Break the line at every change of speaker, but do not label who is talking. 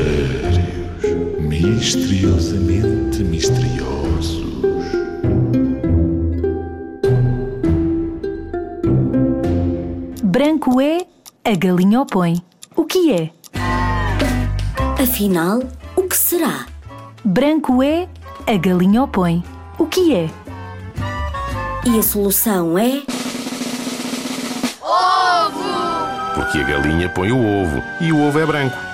Mistérios misteriosamente misteriosos.
Branco é, a galinha opõe. O que é?
Afinal, o que será?
Branco é, a galinha opõe. O que é?
E a solução é.
Porque a galinha põe o ovo e o ovo é branco.